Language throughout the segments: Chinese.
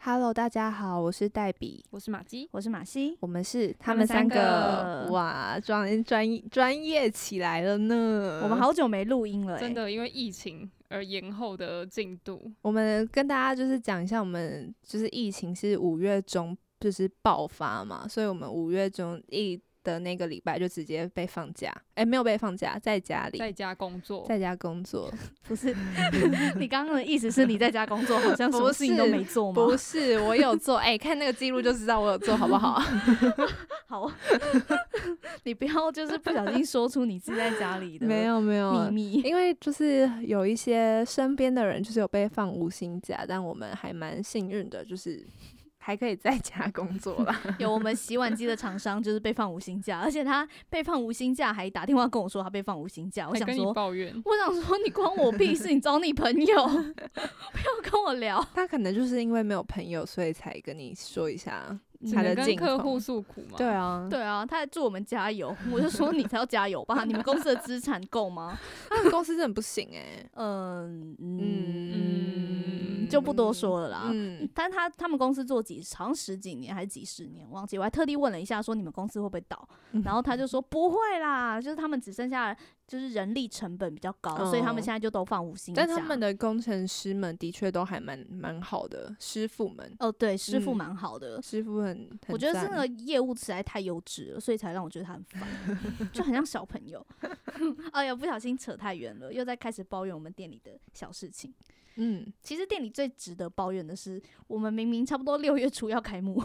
Hello，大家好，我是黛比，我是马姬，我是马西。我们是他们三个哇，专专专业起来了呢。我们，好久没录音了、欸，真。的因为疫情而延后的进度，我们跟大家就是讲一下，我们就是疫情是五月中就是爆发嘛，所以我们五月中一的那个礼拜就直接被放假，哎、没有被放假，在家里。在家工作，在家工作，不 是，你刚刚的意思是你在家工作，好像什么事情都没做吗？不是我有做，哎、看那个记录就知道我有做，好不 好？好，你不要就是不小心说出你自己在家里的没有没有，秘密。 因为就是有一些身边的人就是有被放无薪假，但我们还蛮幸运的，就是还可以在家工作啦。 有我们洗碗机的厂商就是被放无薪假，而且他被放无薪假还打电话跟我说他被放无薪假，我还想跟你说。抱怨，我想说，你关我屁事！你找你朋友， 不要跟我聊。他可能就是因为没有朋友，所以才跟你说一下只他能的跟近客户况。诉苦嘛。对，啊，对啊，他还祝我们加油，我就说你才要加油吧，你们公司的资产够吗？他们公司真的不行哎、 嗯嗯 嗯，就不多说了啦。嗯，但他他们公司做几好像十几年还是几十年，忘记。我还特地问了一下，说你们公司会不会倒？嗯然后他就说不会啦，就是他们只剩下就是人力成本比较高，所以他们现在就都放五星假。哦但他们的工程师们的确都还蛮蛮好的，师傅们，哦，对，师傅嗯蛮好的。师傅很，很我觉得是赞那个业务实在太幼稚了，所以才让我觉得他很烦，就很像小朋友。 哎呀，不小心扯太远了，又在开始抱怨我们店里的小事情。嗯其实店里最值得抱怨的是，我们明明差不多六月初要开幕，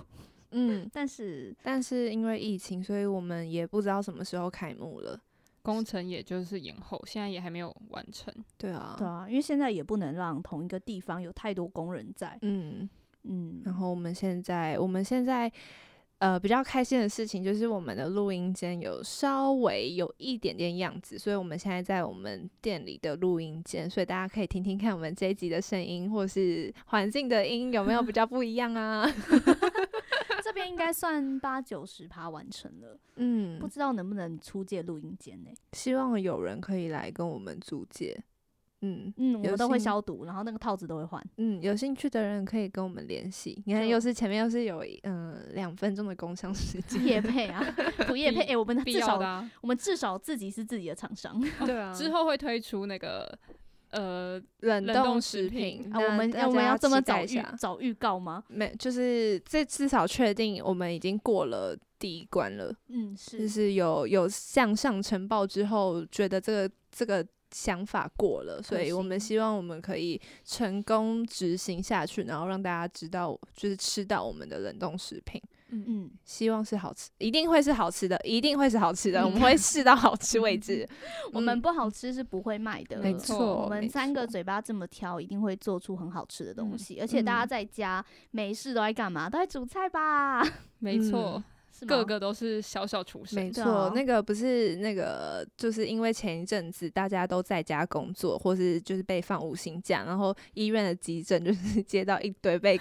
嗯，但是但是因为疫情，所以我们也不知道什么时候开幕了。工程也就是延后，现在也还没有完成。对啊，对啊，因为现在也不能让同一个地方有太多工人在，嗯。嗯，然后我们现在，我们现在，呃，比较开心的事情就是我们的录音间有稍微有一点点样子，所以我们现在在我们店里的录音间，所以大家可以听听看我们这一集的声音或是环境的音有没有比较不一样啊？ 这边应该算八九十趴完成了，嗯不，知道能不能出借录音间呢、希望有人可以来跟我们租借。嗯嗯，我有们都会幸消毒，然后那个套子都会 换。嗯，有兴趣的人可以跟我们联系。你看，就又是前面又是有嗯两、分钟的工商时间，叶配啊，不叶配，哎、必我们必至要少的、啊，我们至少自己是自己的厂商 对啊 之后会推出那个呃，冷冷冻冻食食品品啊，我们那大我们家要这么期待早一预下早预告吗？没，就是这至少确定我们已经过了第一关了，嗯，就是是有有向上呈报之后，觉得这个这个想法过了，所可以我们行希望我们可以成功执行下去，然后让大家知道，就是吃到我们的冷冻食品。嗯，嗯，希望是好吃，一定会是好吃的，一定会是好吃的，我们嗯会试到好吃为止。我们不好吃是不会卖的，没呃错，我们没三个错嘴巴这么挑，一定会做出很好吃的东嗯西。而且大家嗯在家没事都在干嘛？都在煮菜吧？没错，是吗个个都是小小厨嗯没神。对错，啊那个不是那个，就是因为前一阵子大家都在家工作，或是就是被放无薪假，然后医院的急诊就是接到一堆被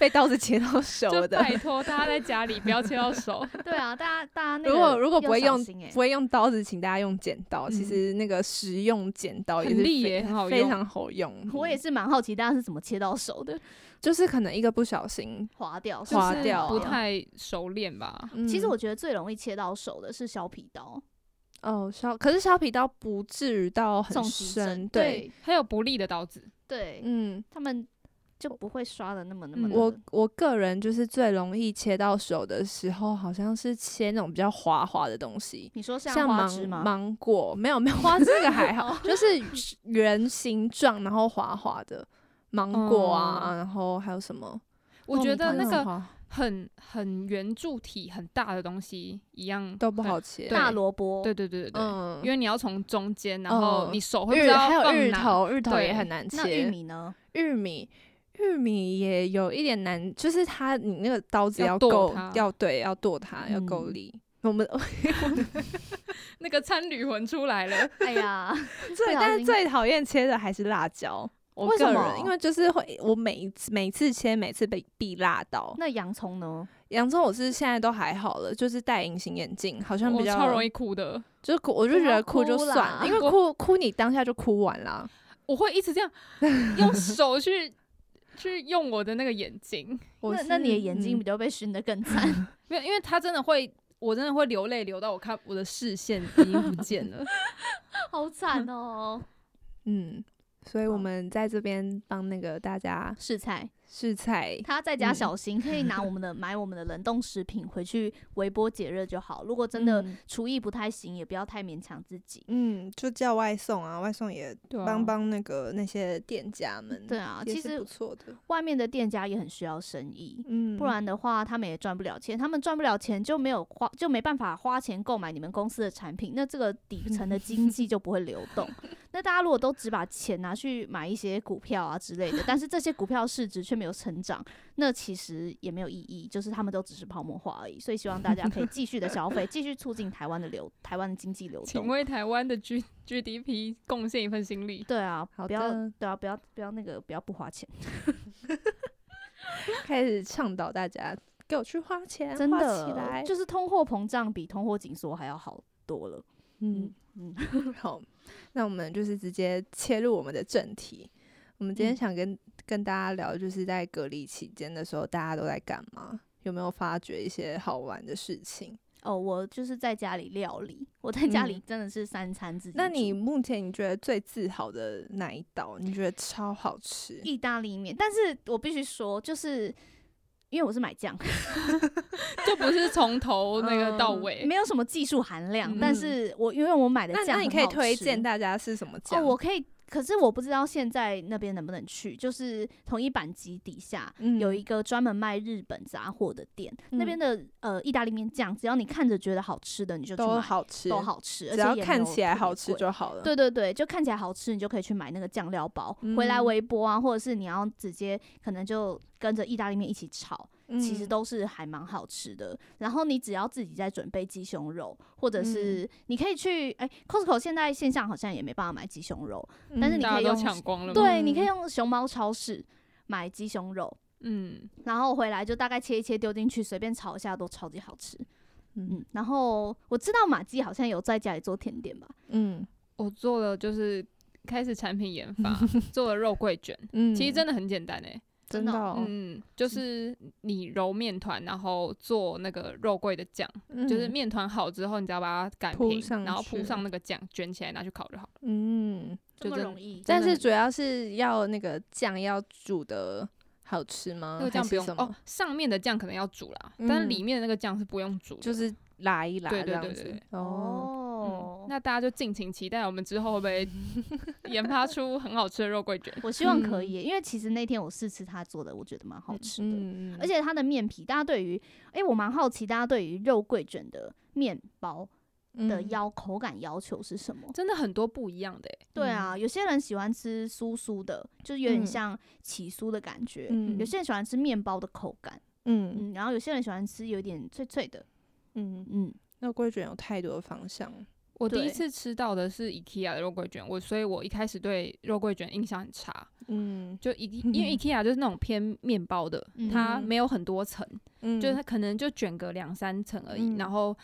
被刀子切到手就的，拜托大家在家里不要切到 手，对啊，大家大家那个如果如果要不会小用心欸不会用刀子，请大家用剪刀。其嗯实那个实用剪刀也很是利非耶很好非用常好用。我也嗯是蛮好奇大家是怎么切到手的，就是可能一个不小心，划掉，就划是掉啊不。太熟练吧。嗯其实我觉得最容易切到手的是削皮刀，哦削，可是削皮刀不至于到很送急深诊，，对，还有不利的刀子，对，嗯，他们就不会刷的那么那么嗯的。我我个人就是最容易切到手的时候，好像是切那种比较滑滑的东西，你说像花芒枝吗？芒果，没有没有 花枝这个还哦好，就是圆形状然后滑滑的芒果啊，然后还有什么？哦我觉得糯米那团个滑很很圆柱体很大的东西一样都不很好切，对大萝卜，对对对对对，嗯，因为你要从中间，然后嗯你手会不芋知道还有放芋哪，头，芋头也对很难那玉切，米呢？玉米。玉米也有一点难，就是它你那个刀子要剁够，它要对，要剁它，要够嗯力。我们那个参旅魂出来 了，哎呀，不最小但是心最讨厌切的还是辣椒。我啊为个什人么因为就是会，我每一次每次切，每次被必辣到。那洋葱呢？洋葱我是现在都还好了，就是戴隐形眼镜，好像哦我比较超容易，哭的，就是哭我就觉得不哭要就哭啦算了，因 为我哭哭你当下就哭完啦。我会一直这样用手去去用我的那个眼睛，我嗯那那你的眼睛比较较被熏得 更惨，没有，因为他真的会，我真的会流泪，流到我看我的视线已经不见了。好 惨哦。嗯嗯，所以我好们在这边帮那个大家试菜，试菜，他在嗯家小心，可以拿我们的买我们的冷冻食品回去微波解热就好。如果真的嗯厨艺不太行，也不要太勉强自己。嗯，就叫外送啊，外送也对啊，帮帮那个那些店家们，对啊，嗯也其是实不错的，外面的店家也很需要生意，嗯，不然的话他们也赚不了钱，他们赚不了钱就没有花，就没办法花钱购买你们公司的产品，那这个底层的经济就不会流 动。那大家如果都只把钱拿去买一些股票啊之类的，但是这些股票市值却没有成长，那其实也没有意义，就是他们都只是泡沫化而已。所以希望大家可以继续的消费，继续促进台湾的流台湾的经济流请动。为台湾的 G GDP 贡献一份心力。对啊，好不要的对啊，不要不要那个不要不花钱，开始倡导大家给我去花钱，真花起的来，就是通货膨胀比通货紧缩还要好多了。嗯嗯嗯， 好，那我们就是直接切入我们的正题。我们今天嗯想跟、跟大家聊，就是在隔离期间的时候，大家都在干嘛？有没有发觉一些好玩的事情？哦，我就是在家里料理，我在家里嗯真的是三餐自己煮。那你目前你觉得最自豪的哪一道？你觉得超好吃？意大利面，但是我必须说，就是因为我是买酱，就不是从头那个到嗯尾。 没有什么技术含量，嗯但是我因为我买的那酱那很好吃，你可以推荐大家是什么哦，酱？我可以，可是我不知道现在那边能不能去，就是同一板级底下。嗯有一个专门卖日本杂货的店，那边的呃意大利面酱，只要你看着觉得好吃的，你就去都买，好吃，都好吃，而只要且也看没有起来特别好吃贵就好了。对对对，就看起来好吃，你就可以去买那个酱料包、回来嗯微波啊，或者是你要直接可能就跟着意大利面一起炒，嗯，其实都是还蛮好吃的。然后你只要自己再准备鸡胸肉，或嗯者是你可以去哎、Costco 现在线上好像也没办法买鸡胸肉，嗯，但是你大可以家都用抢光了吗？对，你可以嗯用熊猫超市买鸡胸肉，嗯，然后回来就大概切一切丢进去，随便炒一下都超级好吃。嗯，然后我知道马基好像有在家里做甜点吧，嗯我做了就是开始产品研发，做了肉桂卷，嗯，其实真的很简单诶、真真的的哦哦，嗯，就是你揉面团，然后做那个肉桂的酱，就是嗯面团好之后，你只要把它擀铺平上，然后去铺上那个酱，卷起来拿去烤就好了。嗯，就真易但真是的很主要是要那个酱要煮的好吃吗？那个酱还不是用什哦么，，上面的酱可能要煮啦，但是嗯里面的那个酱是不用煮的，就是拉一拉对这对对样对子对。哦，哦嗯，那大家就敬请期待我们之后会不会 研发出很好吃的肉桂卷。我希望可嗯以耶，因为其实那天我试吃他做的，我觉得蛮好吃的，嗯，而且它的面皮，大家对于，哎、我蛮好奇大家对于肉桂卷的面包的嗯，要、口感要求是什么？真的很多不一样的、欸，对啊，有些人喜欢吃酥酥的，就是有嗯点像起酥的感觉；嗯有些人喜欢吃面包的口感，嗯嗯，然后有些人喜欢吃有点脆脆的，嗯， 嗯，那龟卷有太多的方向，我第对一次吃到的是 IKEA 的肉桂卷，我所以，我一开始对肉桂卷印象很差。嗯就 I 因为 IKEA 就是那种偏面包的，它嗯没有很多层，嗯就是它可能就卷个两三层而已，嗯然后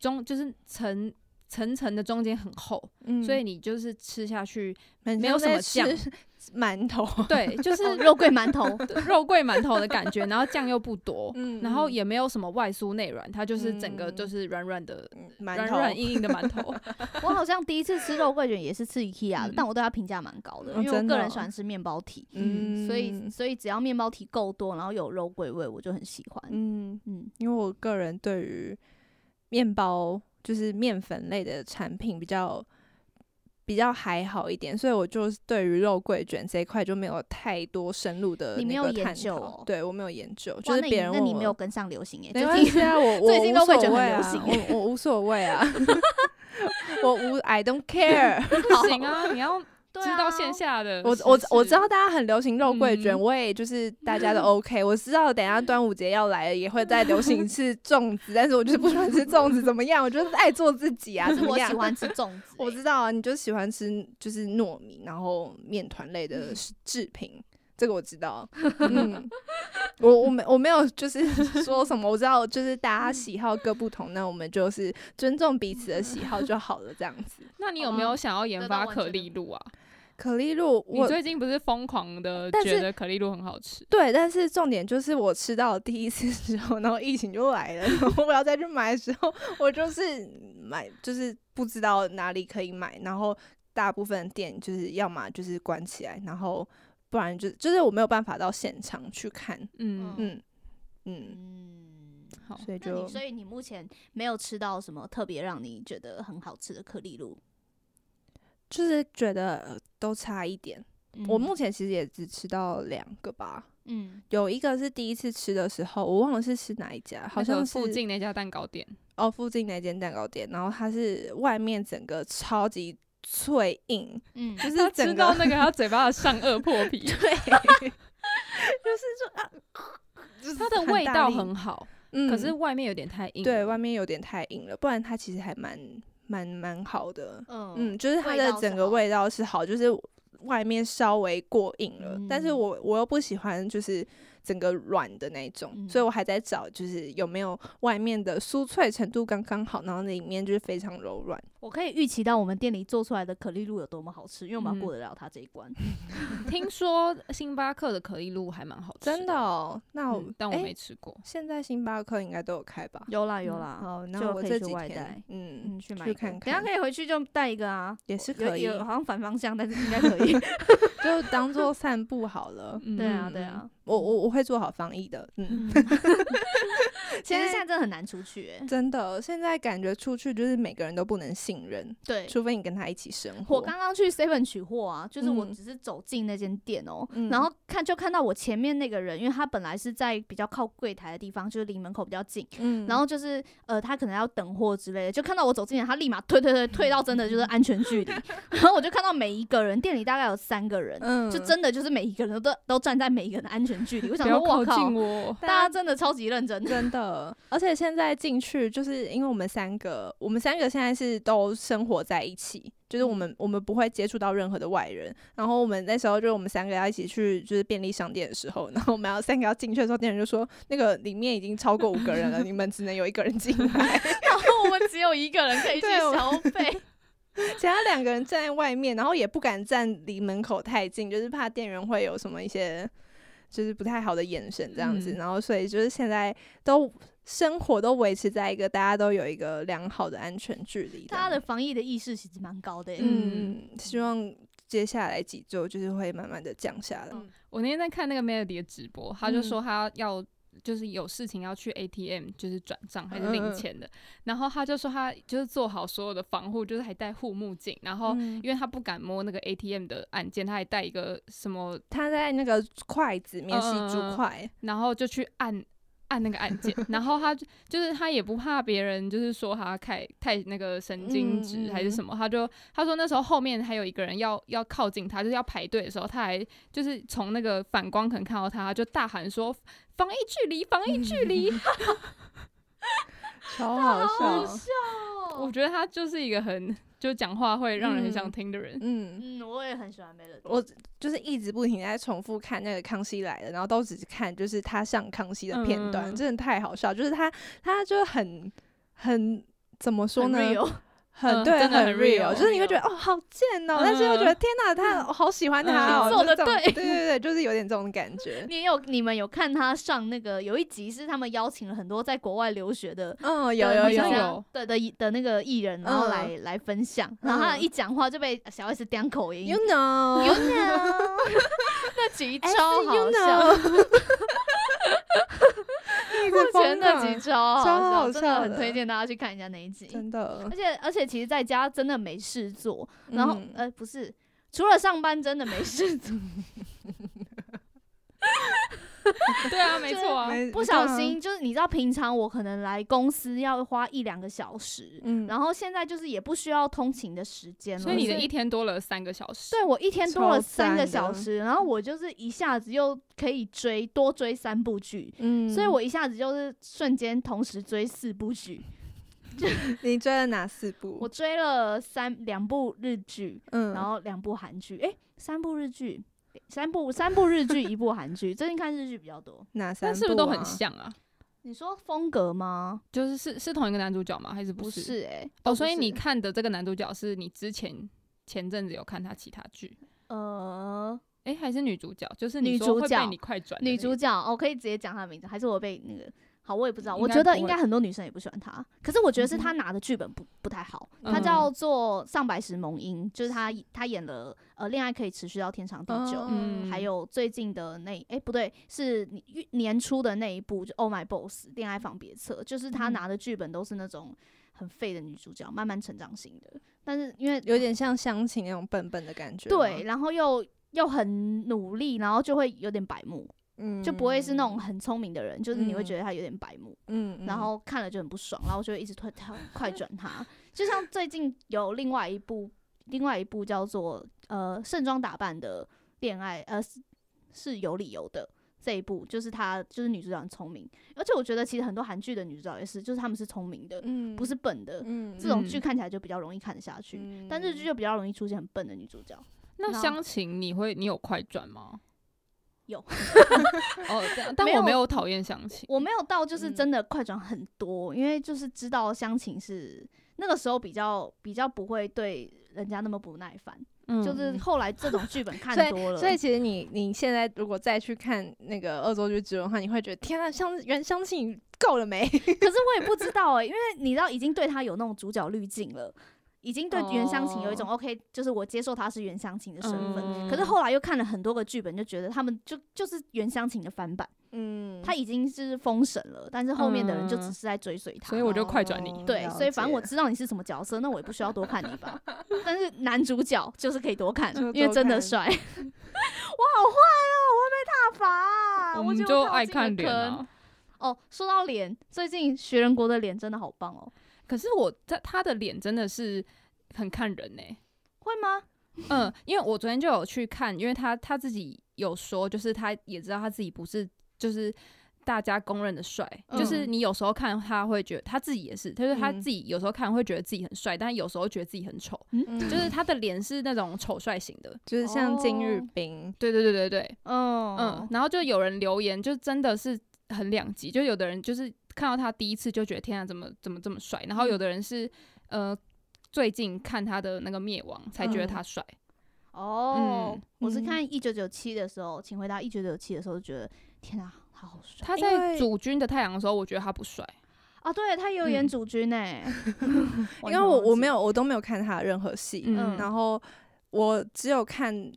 中就是层层层的中间很厚，嗯所以你就是吃下 去，没没有什么酱， 馒头，对，就是哦肉桂馒头肉桂馒头的感觉，然后酱又不多，嗯然后也没有什么外酥内软，它就是整个嗯就是软软的、嗯软馒头软硬硬的 馒头。我好像第一次吃肉桂卷也是吃 IKEA 的，嗯但我对它评价蛮高的，哦因为我真的个人哦喜欢吃面包体，嗯所以所以只要面包体够多，然后有肉桂味，我就很喜欢。嗯嗯，因为我个人对于面包就是面粉类的产品比较比较还好一点，所以我就是对于肉桂卷这一块就没有太多深入的你没那有个研探究讨哦对我没有研究，哇就是那别你人那问你没有我，跟上流行耶、没最关近 系啊，我我最近无肉桂所卷很谓流啊行我我无所谓 啊，我无 I don't care， 不行啊，你要知对啊道线下的我时我我知事道大家很流行肉桂卷，嗯我也就是大 家都 OK。我知道等一下端午节要来了，也会再流行吃粽子，但是我就是不喜欢吃粽子，怎么样？我就是爱做自己啊，可怎是么我喜样？欢吃粽子、 我欸知道啊，你就喜欢吃就是糯米，然后面团类的 食制品，这个我知道。嗯，我我没我没有就是 说什么，我知道就是大家喜好各不同，那我们就是尊重彼此的喜好就好了，这样子。那你有没有嗯哦想要研得到发完可整的丽露啊？可丽露你我最近不是疯狂的但觉是得可丽露很好吃？对，但是重点就是我吃到了第一次 之后，然后疫情就来了，然后我要再去买的时候，我就是买就是不知道哪里可以买，然后大部分店就是要么就是关起来，然后不然就就是我没有办法到现场去看，嗯嗯嗯嗯，嗯，好所以那就你所以你目前没有吃到什么特别让你觉得很好吃的可丽露？就是觉得呃都差一点。我目前其实也只吃到两个吧，嗯有一个是第一次吃的时候，我忘了是吃哪一家，好那像个是附近那家蛋糕店，哦附近那间蛋糕店，然后它是外面整个超级脆硬，嗯，就他是吃整个到 那个他嘴巴的上颚破皮，对， 就是说啊，就是它的大味道力很好，嗯，可是外面有点太硬。对外面有点太硬了，不然它其实还蛮蛮蛮好的，嗯，嗯就是它味的道是整个好味道是好，就是外面稍微过硬了，但是嗯我我又不喜欢就是整个软的那一种，所以嗯我还在找就是有没有外面的酥脆程度刚刚好，然后里面就是非常柔软。我可以预期到我们店里做出来的可丽露有多么好吃，因为我们嗯要过得了它这一关。听说星巴克的可丽露还蛮好吃，真的、哦？那我、嗯但我诶没吃过。现在星巴克应该 都有开吧？有啦有嗯啦，好，那就我可以这去几外天带嗯嗯，去买去一个看等一下看可，以回去就带一个啊，也是有可以，嗯有好像反方向，但是应该可 以。就当做散步好了。嗯对啊对啊，我我我会做好防疫的，嗯，嗯其现实在现在真的很难出去、欸，真的，现在感觉出去就是每个人都不能信任，对。除非你跟他一起生活。我刚刚去 Seven 取货啊，就是我嗯只是走进那间店哦、嗯然后看就看到我前面那个人，因为他本来是在比较靠柜台的地方，就是离门口比较近，嗯然后就是呃，他可能要等货之类的，就看到我走进来，他立马退退退退到真的就是安全 距离，然后我就看到每一个人，店里大概有三个人，嗯就真的就是每一个人都都站在每一个人的安全距离，我想不说要我靠靠 近，我，大家真的超级认真，真的，而且现在进去就是因为我们三个，我们三个现在是都生活在一起，就是我们我们不会接触到任何的外人。然后我们那时候就是我们三个要一起去就是便利商店的时候，然后我们要三个要进去的时候，店员就说那个里面已经超过五个人 了，你们只能有一个人进来， 然后我们只有一个人可以去对我消费，其他两个人站在外面，然后也不敢站离门口太近，就是怕店员会有什么一些就是不太好的眼神这样子。嗯然后所以就是现在都生活都维持在一个大家都有一个良好的安全距离这 大样。家的防疫的意识其实蛮高 的、欸，嗯，希望接下来几周就是会慢慢的降下来。我那天在看那个 Melody 的直播，他就嗯说他要就是有事情要去 ATM，就是转账还是嗯嗯领嗯钱的，然后他就说他就是做好所有的防护，就是还戴护目镜，然后嗯因为他不敢摸那个 ATM 的按键，他还带一个什么，他在那个筷子面试嗯嗯嗯竹筷，然后就去按。按那个按 键，然后他就就是他也不怕别人，就是说他太太那个神经嗯质嗯还是什么，他就他说那时候后面还有一个人要要靠近他，就是要排队的时候，他还就是从那个反光可能看到他，他就大喊说防疫距离，防疫距离。 超好笑。好笑哦、我觉得他就是一个很就讲话会让人很想听的人。嗯，嗯，我也很喜欢 Melody，我就是一直不停地在重复看那个《康熙来了》，然后都只是看就是他上康熙的片段，嗯真的太好笑。就是他，他就很很怎么说很呢？ real 很嗯对，真的很很 real， real 就是你会觉得哦，好贱哦，但是又觉得天哪，他我好喜欢他哦，嗯嗯做就是得这种对对对对，就是有点这种感觉。你有你们有看他上那个有一集是他们邀请了很多在国外留学的嗯， 有的有那有些有对的艺的那个艺人，然后嗯来、来分享，然后他一讲话就被小 S 叼口音 y o u know， know，那集超 S 好 you 笑， know，一直我觉得疯那集狂，超好超好真的笑很的推荐大家去看一下那一集。真的而。且而且，其实在家真的没事做，呃然后、嗯呃不是，除了上班真的没 事做，对啊，没错啊，没呃不小，心就是你知道，平常我可能来公司要花一两个小时，嗯然后现在就是也不需要通勤的时间了，所以你的是一天多了三个小时。对我一天多了超赞三的个小时，然后我就是一下子又可以追多追三部剧，嗯所以我一下子就是瞬间同时追四部剧，你追了哪四部？我追了三两部日剧，嗯，然后两部韩剧，诶，三部日剧。三部三部日剧，一部韩剧。最近看日剧比较多。哪三部、啊？但是不是都很像啊？你说风格吗？就是是是同一个男主角吗？还是不是？是诶，哦，都所以不你是看的这个男主角是你之前前阵子有看他其他剧，呃，哎、还是女主角，就是女你主说会角被你快转的女那主个角，哦我、可以直接讲她的名字，还是我被那个？好，我也不知道，应我该觉得不应会该很多女生也不喜欢她，可是我觉得是她嗯拿的剧本不不太好。她嗯叫做上白石萌音，就是她她演了呃《恋爱可以持续到天长地久》哦嗯还有最近的那哎、诶不对，是你年初的那一部就《Oh My Boss》恋爱放别册，就是她嗯拿的剧本都是那种很废的女主角，慢慢成长型的，但是因为有点像相亲那种笨笨的感觉吗，对，然后又又很努力，然后就会有点白目，嗯就不会是那种很聪明的人，就是你会觉得他有点白目，嗯，然后看了就很不爽，然后就会一直推他快转他。就像最近有另外一部，另外一部叫做呃盛装打扮的恋爱，呃是是有理由的。这一部就是她，就是女主角很聪明，而且我觉得其实很多韩剧的女主角也是，就是她们是聪明的，嗯不是笨的。嗯这种嗯剧看起来就比较容易看得下去，但日剧就比较容易出现很笨的女主角。那然后相亲你会你有快转吗？有哦， 但但没我没有有讨厌相亲。我没有到就是嗯真的快转很多，因为就是知道乡情是那个时候比较比较不会对人家那么不耐烦，嗯就是后来这种剧本看所以多了，所以其实你你现在如果再去看那个《恶作剧之吻》的话，你会觉得天啊，相原相信够了没？ 可是我也不知道哎、因为你知道已经对他有那种主角滤镜了。已经对原乡情有一种 OK，就是我接受他是原乡情的身份，哦嗯可是后来又看了很多个剧本，就觉得他们就就是原乡情的翻版，嗯他已经是封神了，但是后面的人就只嗯是在追随他，所以我就快转你哦对，了所以反正我解知道你是什么角色，那我也不需要多看你 吧。但是男主角就是可以多看就，因为多真的看 帅。我好坏哦，我会被踏伐、啊我我们觉得就我跳爱进看了脸坑啊。哦，说到脸，最近徐仁国的脸真的好棒哦，可是我在他的脸真的是很看人欸呢、会吗？嗯，因为我昨天就有去看，因为他他自己有说，就是他也知道他自己不是就是大家公认的帅，就是嗯你有时候看他会觉得他自己也是，就是他嗯自己有时候看会觉得自己很帅，但有时候觉得自己很丑，嗯就是他的脸是那种丑帅型的。就是像金日哦彬，对对对对对，嗯嗯，然后就有人留言，就真的是很两极，就有的人就是看到他第一次就觉得天啊，怎么怎么这么帅，然后有的人是呃最近看他的那个灭亡才觉得嗯他帅，哦，嗯我是嗯看一九九七的时候，请回答一九九七的时候就觉得，天啊，他好帅他因在为《主君的太阳》的时候，我觉得他不帅，啊！对他有演嗯 主君哎、因为哦我我没有有我都没有看他的任何戏，嗯，然后我只有看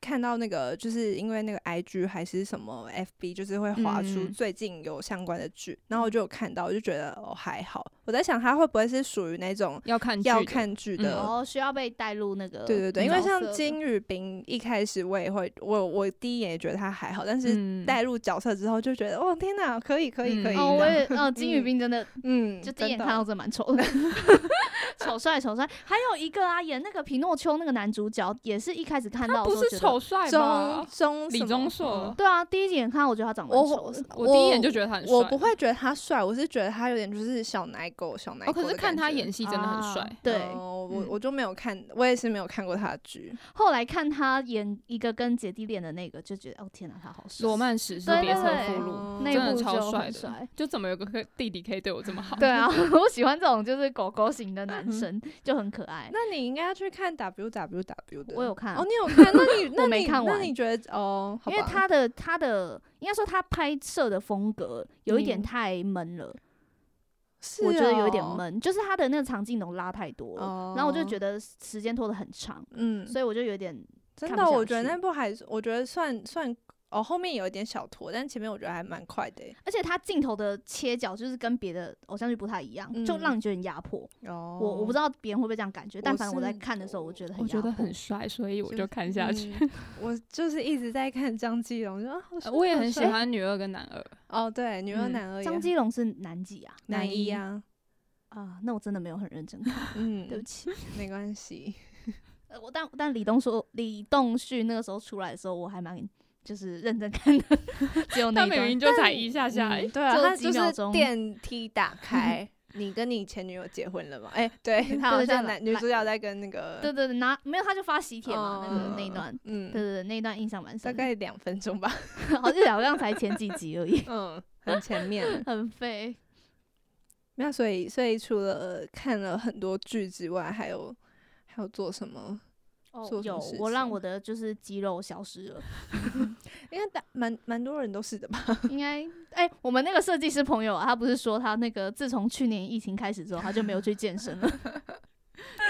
看到那个，就是因为那个 I G 还是什么 F B，就是会划出嗯最近有相关的剧，然后我就有看到，我就觉得哦还好。我在想他会不会是属于那种要看剧要的，看剧嗯的。哦，需要被带入那个对对对，因为角色像的金宇彬一开始我也会，我我第一眼也觉得他还好，但是嗯，带入角色之后就觉得，哦天哪，可以可以嗯可以，哦，这我样也 哦，金宇彬真的嗯，就第一眼真的看到真的蛮丑 的， 丑帅丑帅。还有一个啊，演那个匹诺丘那个男主角，也是一开始看他到不的时候是觉得丑，帅钟吧？钟李什么钟硕嗯，对啊，第一眼看到我觉得他长得蛮丑我的。我第一眼就觉得他很帅，我不会觉得他帅，我是觉得他有点就是小奶狗，小奶哦，狗的感可觉。是看他演戏真的很帅，啊对，哦我嗯我就没有看，我也是没有看过他的剧。后来看他演一个跟姐弟恋的那个，就觉得哦天哪，他好帅。 罗曼史是对别册对附录，哦那真一的部超就帅的很帅。就怎么有个可弟弟可以对我这么好？对啊，我喜欢这种就是狗狗型的嗯男生，就很可爱。那你应该要去看 W W W 的。我有看哦， 你有看？那你那我没你看完那你觉得哦？好因为吧他的他的应该说他拍摄的风格有一点嗯太闷了，是我觉得有一点哦。闷，就是他的那个长镜头拉太多了，哦然后我就觉得时间拖得很长，嗯，所以我就有点真看的，不下我觉得去那部还是我觉得算算哦，后面有一点小拖，但前面我觉得还蛮快的耶。而且他镜头的切角就是跟别的偶像剧不太一样，嗯就让你觉得很压迫。哦我我不知道，道别人会不会这样感觉，但我反正我在是看的时候，我觉得很我压迫。觉得很帅，所以我就看下去。呃嗯。我就是一直在看张基龙，就啊，好帅我也好很喜帅欢女二跟男二，哦，对，女二嗯男二也张基龙是男几啊？男一 啊，啊，那我真的没有很认真看，嗯，对不起。没关系，呃我但但李东说李栋旭那个时候出来的时候，我还蛮就是认真看的， 只有那他一明段明就才一下下而已，嗯对啊，就他几就秒是钟电梯 打开，你跟你前女友结婚了吗？哎，对他好对对像对男女来主角在跟那个对对对，拿没有他就发喜帖嘛，那个那一嗯段，对对嗯，对，那一段印象蛮大深的。概两分钟吧， 好像好像才前几集 而已，嗯，很前面了。 很废。那所以所以除了看了很多剧之外，还有还有做什么？做哦，什么有事我让情我的就是肌肉消失了，应该大蛮蛮多人都是的吧？应该哎、我们那个设计师朋友啊，他不是说他那个自从去年疫情开始之后，他就没有去健身 了，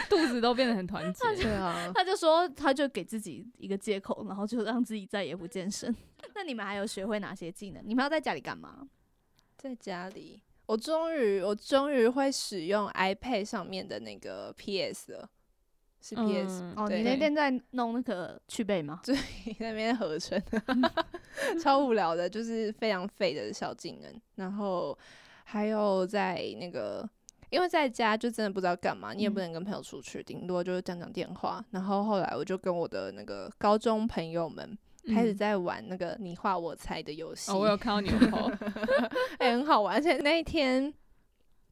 肚子都变得很 团结。对啊，他就说他就给自己一个借口，然后就让自己再也不健身。 那你们还有学会哪些技能？你们要在家里干嘛？在家里，我终于我终于会使用 iPad 上面的那个 PS 了，是 PS 嗯哦，你那对天在弄那个去背吗？你那边合成， 超无聊的，就是非常废的小技能。然后还有在那个，因为在家就真的不知道干嘛，你也不嗯能跟朋友出去，顶多就是讲讲电话。然后后来我就跟我的那个高中朋友们。开始嗯在玩那个你画我猜的游戏，哦，我有看到你的 po 哎、很好玩。而且那一天，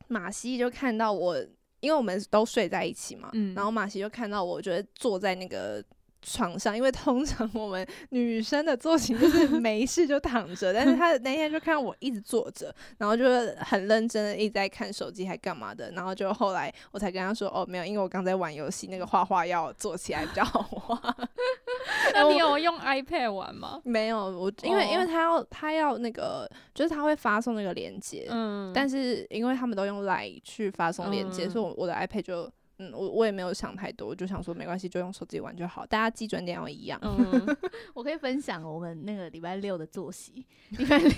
马西就看到我，因为我们都睡在一起嘛，嗯然后马西就看到我，就会坐在那个床上，因为通常我们女生的坐型就是 没事就躺着，但是她那天就看到我一直坐着，然后就是很认真的一直在看手机，还干嘛的，然后就后来我才跟她说，哦，没有，因为我刚才玩游戏，那个画画要坐起来比较好画。那你有用 iPad 玩吗？ 没有，我因为、因为哦他要他要那个，就是他会发送那个链接，嗯，但是因为他们都用 Line 去发送链接，嗯所以我我的 iPad 就。嗯，我我也没有想太多，我就想说没关系，就用手机玩就好，大家基准点要一样。 嗯，我可以分享我们那个礼拜六的作息。 礼拜六，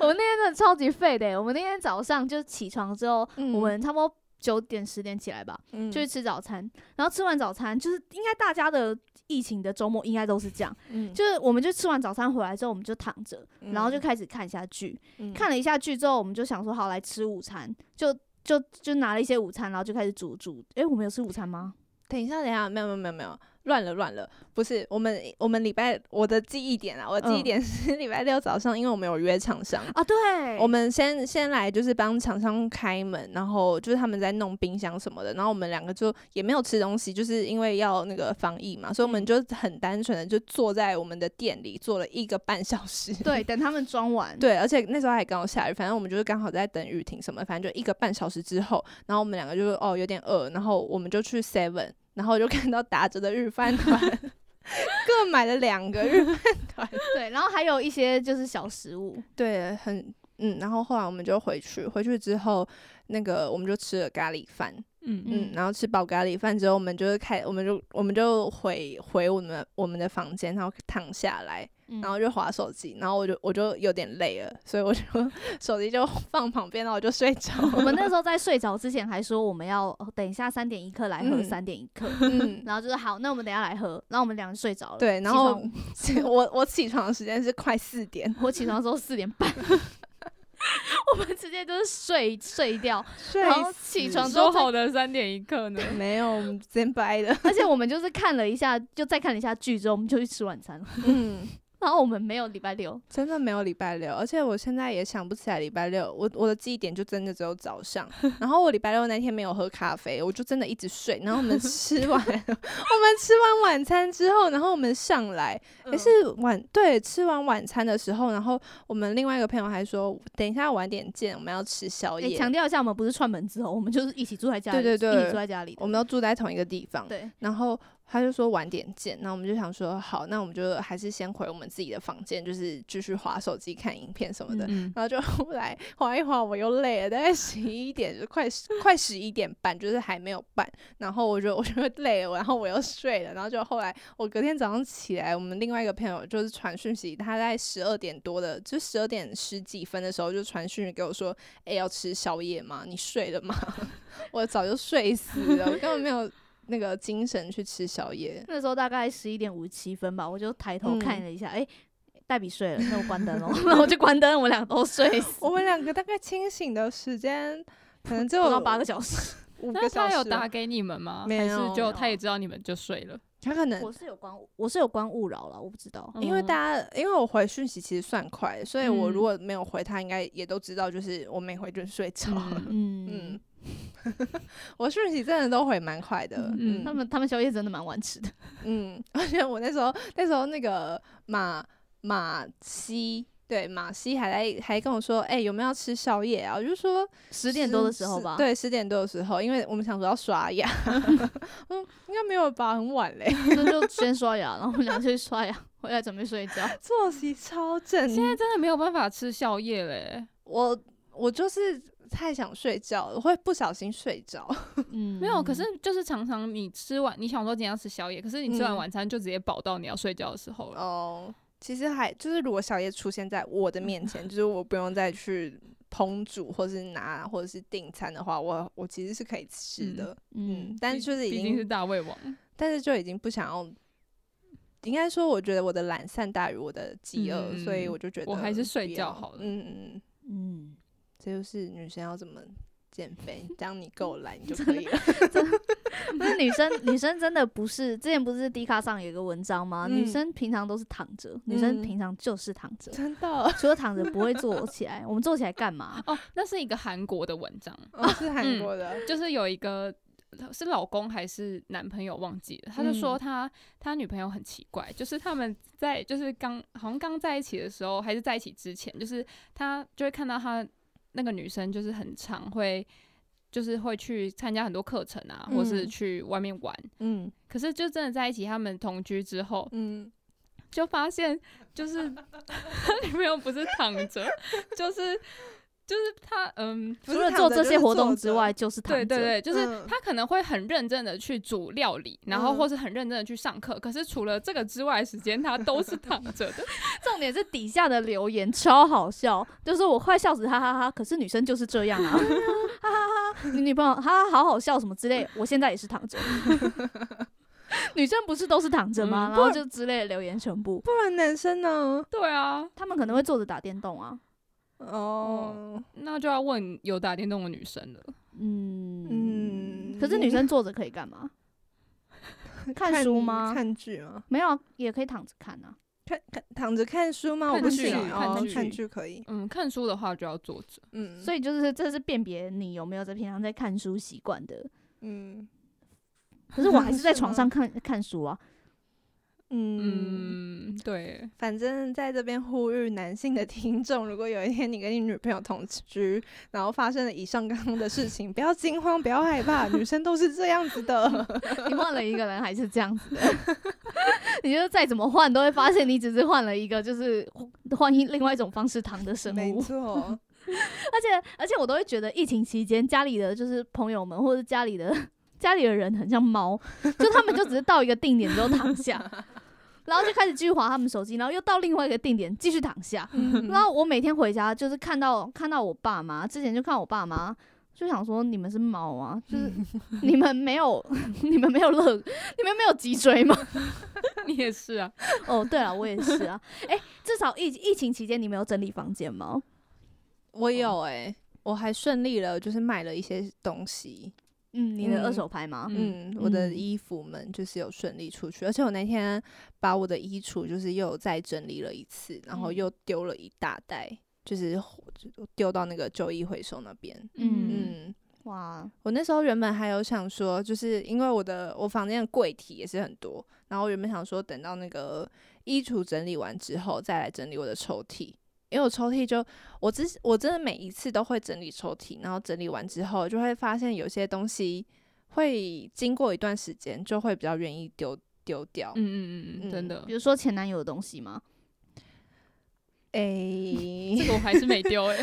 我们那天真的超级废的欸、我们那天早上就起床之后，嗯我们差不多九点十点起来吧，嗯就去吃早餐。然后吃完早餐，就是应该大家的疫情的周末应该都是这样，嗯就是我们就吃完早餐回来之后，我们就躺着，嗯然后就开始看一下剧。嗯看了一下剧之后，我们就想说好来吃午餐，就就就拿了一些午餐，然后就开始煮煮。诶、我们有吃午餐吗？等一下，等一下，没有没有没有没有，乱了乱了，不是我们我们礼拜我的记忆点啊，我的记忆嗯点是 礼拜六早上，因为我们有约厂商，啊，对，我们先先来就是帮厂商开门，然后就是他们在弄冰箱什么的，然后我们两个就也没有吃东西，就是因为要那个防疫嘛，所嗯以我们就很单纯的就坐在我们的店里坐了一个半小时。对，等他们装 完，对，而且那时候还刚好下雨，反正我们就是刚好在等雨停什么，反正就一个半小时之后，然后我们两个就是哦有点饿，然后我们就去 Seven，然后我就看到打折的日饭团， 各买了两个日饭团，对，然后还有一些就是小食物。对，很嗯，然后后来我们就回去，回去之后，那个我们就吃了咖喱饭，嗯嗯嗯，然后吃饱咖喱饭之后，我们就是开，我们就我们就回回我们我们的房间，然后躺下来，嗯然后就划手机，然后我就我就有点累了，所以我就手机就放旁边，然后我就睡着。我们那时候在睡着之前还说我们要呃等一下三点一刻来喝嗯三点一刻，嗯，然后就是好，那我们等一下来喝，然后我们两个睡着了。 对，然后起我我起床的时间是快四点，床我起床的时候四点半， 我们直接就是睡睡掉， 睡然后起死床之说后好的三点一刻呢？没有，我们先掰的，而且我们就是看了一下，就再看了一下剧之后，我们就去吃晚餐了。嗯。哦然后我们没有礼拜六，真的没有礼拜六，而且我现在也想不起来礼拜六，我我的记忆点就真的只有早 上。然后我礼拜六那天没有喝咖啡，我就真的一直睡。然后我们吃完，我 们吃完晚餐之后，然后我们上来，诶、嗯是晚对，吃完晚餐的时候，然后我们另外一个朋友还说，等一下晚点见，我们要吃宵诶夜。哎强调一下，我们不是串门之后，我们就是一起住在家里，对对对一起住在家里的。我们都住在同一个地方，对，然后他就说晚点见，那我们就想说好，那我们就还是先回我们自己的房间，就是继续划手机、看影片什么的。嗯，然后就 后来滑一滑，我又累了，大概十一点就快快十一点半，就是还没有办。然后我就我就累了，然后我又睡了。然后就后来我隔天早上起来，我们另外一个朋友就是传讯息，他在十二点多的，就十二点十几分的时候就传讯息给我说：“哎、要吃宵夜吗？你睡了吗？” 我早就睡死了，我根本没有那个精神去吃宵夜。那时候大概十一点五十七分吧，我就抬头嗯看了一下，诶，哎黛比睡了，那我关 灯喽，然后我就关灯，我们俩都睡死，我们两个大概清醒的时间可能就不到八个小时。 五那个小他时有了，打给你们吗？没还有是就他也知道你们就睡了？他可能我是有关，我是有关勿扰了，我不知道。因为嗯大家，因为我回讯息其实算快，所以我如嗯果没有回他，应该也都知道，就是我没回就睡着。 嗯嗯，嗯，我讯息真的都回蛮快的。嗯他嗯们他们宵夜真的蛮晚吃的。 嗯，而且我那时候那时候那个马马西对，马西还来还跟我说，哎、有没有要吃宵夜啊？我就说十点多的时候十吧。，对，十点多的时候，因为我们想说要刷 牙，嗯，应该没有吧，很晚嘞，所以就先刷牙，然后我们俩就去刷牙， 回来准备睡觉。作息 超正。现在真的没有办法吃宵夜嘞，我我就是太想睡觉了，我会不小心睡着。 嗯， 没有。可是就是常常你吃完，你想说今天要吃宵夜，可是你吃完嗯晚餐就直接饱到你要睡觉的时候了。哦，其实还就是如果宵夜出现在我的面前，就是我不用再去烹煮或是拿或者是订餐的话，我我其实是可以吃的。嗯，嗯，但毕是就是毕已竟是经，大胃王，但是就已经不想要。应该说，我觉得我的懒散大于我的饥饿，所以嗯我就觉得我还是不睡要觉好了嗯嗯嗯，嗯，这就是女生要怎么减 肥，当你够懒你就可以了。那女生女生真的不是，之前不是 D 卡上有一个文章吗？女嗯生平常都是躺着，女生嗯平常就是躺着，真的，除了躺着不会坐起来。我们坐起来干 嘛？哦，那是一个韩国的文章，我哦是韩嗯国的，就是有一个是老公还是男朋友忘记了，他就说嗯他、他女朋友很奇怪，就是他们在就是刚好像刚在一起的时候，还是在一起之前，就是他就会看到他那个女生就是很常会就是会去参加很多课程啊，或是嗯去外面玩。嗯可是就真的在一起，他们同居之后，嗯，就发现就是 他女朋友不是躺着，就是就是他嗯。不除是了躺做着这就些是活坐动着之外，，就是躺对着。对对，就是嗯他可能会很认真的去煮料理，然后嗯或是很认真的去上课。可是除了这个之外，时间他都是躺着的。 重点是底下的留言超好笑，就是我快笑死哈哈哈可是女生就是这 样啊，哈哈哈！你女朋友哈哈好好笑什么之类，我现在也是躺 着。女生不是都是躺着吗？嗯然后就之类的留言全部，不然男生呢？对啊，他们可能会坐着打电动啊。哦，那就要问有打电动的女生了。嗯嗯可是女生坐着可以 干嘛？看书吗？看剧吗？没有啊，也可以躺着看啊。看看躺着看书吗？我看不剧行啊看哦剧，看剧可以。嗯，看书的话就要坐着。嗯，所以以就是这是辨别你有没有在平常在看书习惯的。嗯可是我还是 在是床吗上看看书啊。嗯，嗯，对， 反正在这边呼吁男性的听众，如果有一天你跟你女朋友同居，然后发生了以上刚刚的事情，不要惊慌，不要害怕，女生都是这样子 的。你换了一个人还是这样子的， 你就再怎么换都会发现你只是换了一个，就是换一另外一种方式躺的生没物。错，而且而且我都会觉得疫情期间家里的就是朋友们或者家里的家里的人很像猫，就他们就只是到一个定点之后躺下。 然后就开始继续划他们手机，然后又到另外一个定点继续躺下。嗯然后我每天回家就是看到看到我爸妈，之前就看我爸妈，就想说你们是猫啊，就是 你们没有你们没有乐，你们没有脊椎吗？ 你也是啊。哦，对了，我也是啊。哎、至少疫疫情期间你没有整理房间吗？哦我有哎、我还顺利了，就是买了一些东西。嗯，你的嗯二手拍吗？嗯，我的嗯衣服们就是有顺利出去，而且我那天把我的衣橱就是又有再整理了一次，然后嗯又丢了一大袋，就是丢到那个旧衣回收那边。嗯嗯，哇，我那时候原本还有想说，就是因为我的我房间的柜体也是很多，然后我原本想说等到那个衣橱整理完之后再来整理我的抽屉，因为我抽屉就我之我真的每一次都会整理抽屉，然后整理完之后就会发现有些东西会经过一段时间就会比较愿意丢丢掉。嗯嗯嗯嗯，嗯真的比。如说前男友的东西吗？诶、 这个我还是没丢哎、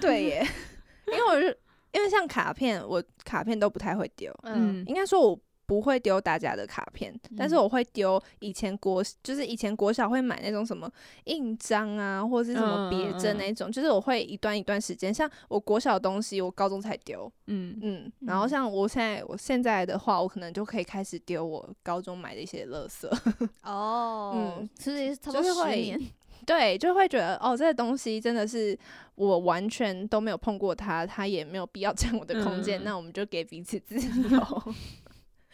对耶， 因为我是因为像卡片，我卡片都不太会丢，嗯，嗯应该说我不会丢大家的卡片，但是嗯我会丢以前国，就是以前国小会买那种什么印章啊，或者是什么别针嗯嗯嗯那种，就是我会一段一段时间。像我国小的东西，我高中才丢，嗯，嗯，然后嗯像我现在我现在的话，我可能就可以开始丢我高中买的一些垃圾，哦嗯，其实差不就多是十会年，对，就会觉得哦，这个东西真的是我完全都没有碰过它，它也没有必要占我的空间，嗯那我们就给彼此自由。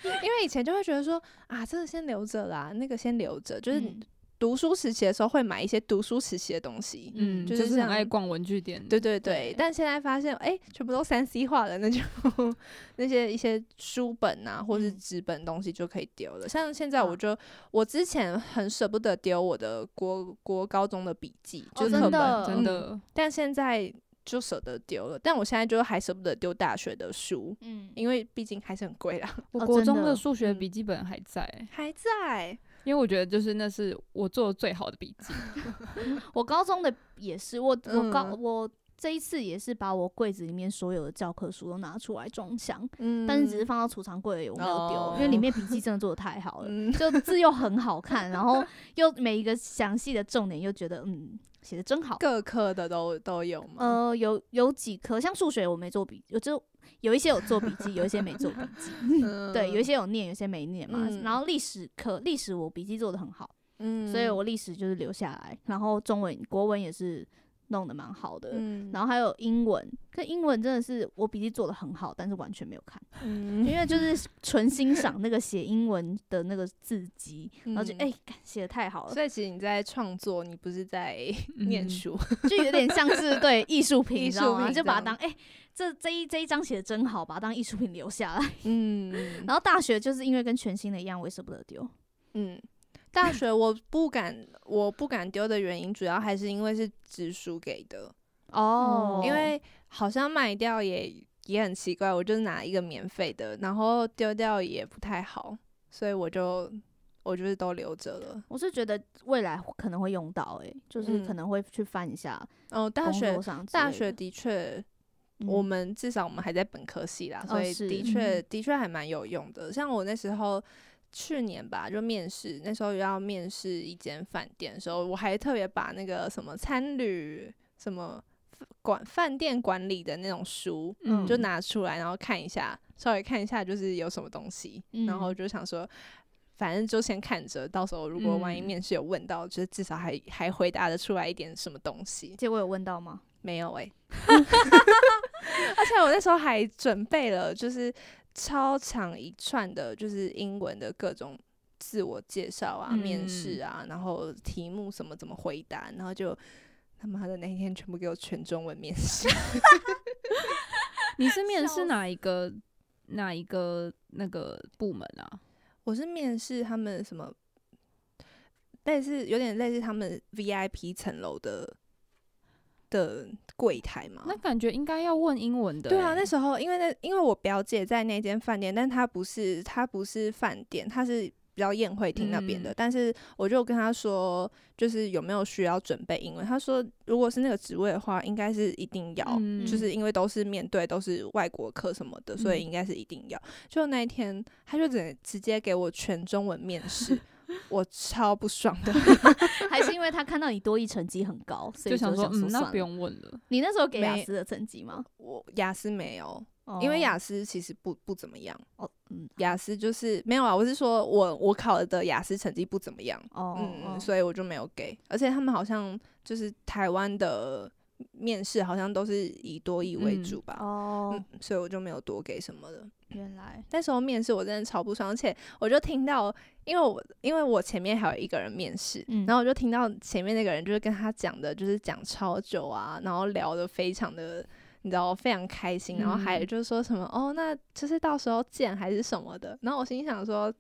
因为以前就会觉得说啊，这个先留着啦，那个先留着，就是嗯读书时期的时候会买一些读书时期的东西，嗯，就就是是很像爱逛文具店，对对对对，但现在发现，哎、全部都三 C 化了，那就 那些一些书本啊，或是嗯纸本东西就可以丢了。像现在啊我就，我之前很舍不得丢我的国国高中的笔记，哦就是真课本，的真的，但现在就舍得丢了。但我现在就还舍不得丢大学的书，嗯，因为毕竟还是很贵啦， 我哦国真中的的数学嗯笔记本还在，还在。因为我觉得就是那是我做的最好的笔记。我高中的也是，我我高、嗯我这一次也是把我柜子里面所有的教科书都拿出来装箱，嗯但是只是放到储藏柜而已，我没有丢，因为里哦面笔 记真的做的太好了。嗯，就字又很好看，然后又每一个详细的重点又觉得嗯写的真好。各科的都都有吗？呃，有有几科像数学我没做笔，有就有一些有做笔记，有一些没做笔记。嗯对，有一些有念，有些没念嘛。嗯然后历史课，历史我笔记做的很好，嗯所以我历史就是留下来。然后中文、国文也是弄得蛮好的。嗯然后还有英文，可英文真的是我笔记做的很好，但是完全没有看，嗯因为就是 纯欣赏那个写英文的那个字迹，然嗯后就哎，干写的太好了，所以其实你在创作，你不是在念嗯书。 就有点像是对艺术品，艺你知术道吗？品就把它这当样哎、这这一这一张写的真好，把它当艺术品留 下来。嗯 然后大学就是因为跟全新的一样，我也舍不得丢。嗯，大学我不敢，我不敢丢的原因，主要还是因为是直属给的，哦因为好像卖掉也也很奇怪，我就拿一个免费的，然后丢掉也不太好，所以我就我就是都留着了。我是觉得未来可能会用到、欸，就是可嗯能会去翻一下哦，大工学作上之大类学的的确嗯我们至少我们还在本科系啦，哦所以是的确、的确还蛮有用的。像我那时候去年吧，就面试，那时候要面试一间饭店的时候，我还特别把那个什么餐旅什么管饭店管理的那种书。嗯就拿出来，然后看一下，稍微看一下，就是有什么东西，然后嗯就想说，反正就先看着，到时候如果万一嗯面试有问到，就是至少还还回答得出来一点什么东西。结果有问到吗？ 没有哎、 而且我那时候还准备了，就是超长一串的，就是英文的各种自我介绍啊、嗯面试啊，然后题目什么怎么回答，然后就他妈的那一天全部给我全中文面试。你是面笑试哪一个哪一个那个部门啊？我是面试他们什么，类似有点类似他们 VIP 层楼的的柜台嘛，那感觉应该要问英文的欸。哦对啊，那时候因为那因为我表姐在那间饭店，但她不是她不是饭店，她是比较宴会厅那边的。嗯但是我就跟她说，就是有没有需要准备英文？她说，如果是那个职位的话，应该是一定要，嗯就是因为都是面对都是外国客什么的，所以嗯应该是一定要。就那一天，她就直直接给我全中文面 试。我超不爽的，还是因为他看到你多一成绩很高，所以就想说说，嗯，算那了不。用问 了。你那时候给雅没思的成绩吗？我雅思没有，因为哦雅思其实不不怎么样。哦嗯雅思就是没有啊，我是说我我考的雅思成绩不怎么样，哦嗯，哦所以我就没有给。而且他们好像就是台湾的面试好像都是以多益为嗯主吧，哦嗯，所以我就没有多给什么的。原来那时候面试我真的超不爽，而且我就听到，因为我因为我前面还有一个人面试，嗯然后我就听到前面那个人就是跟他讲的，就是讲超久啊，然后聊得非常的。你知道非常开心，然后还有嗯就是说什么、哦，那就是到时候见还是什么的。然后我心想说，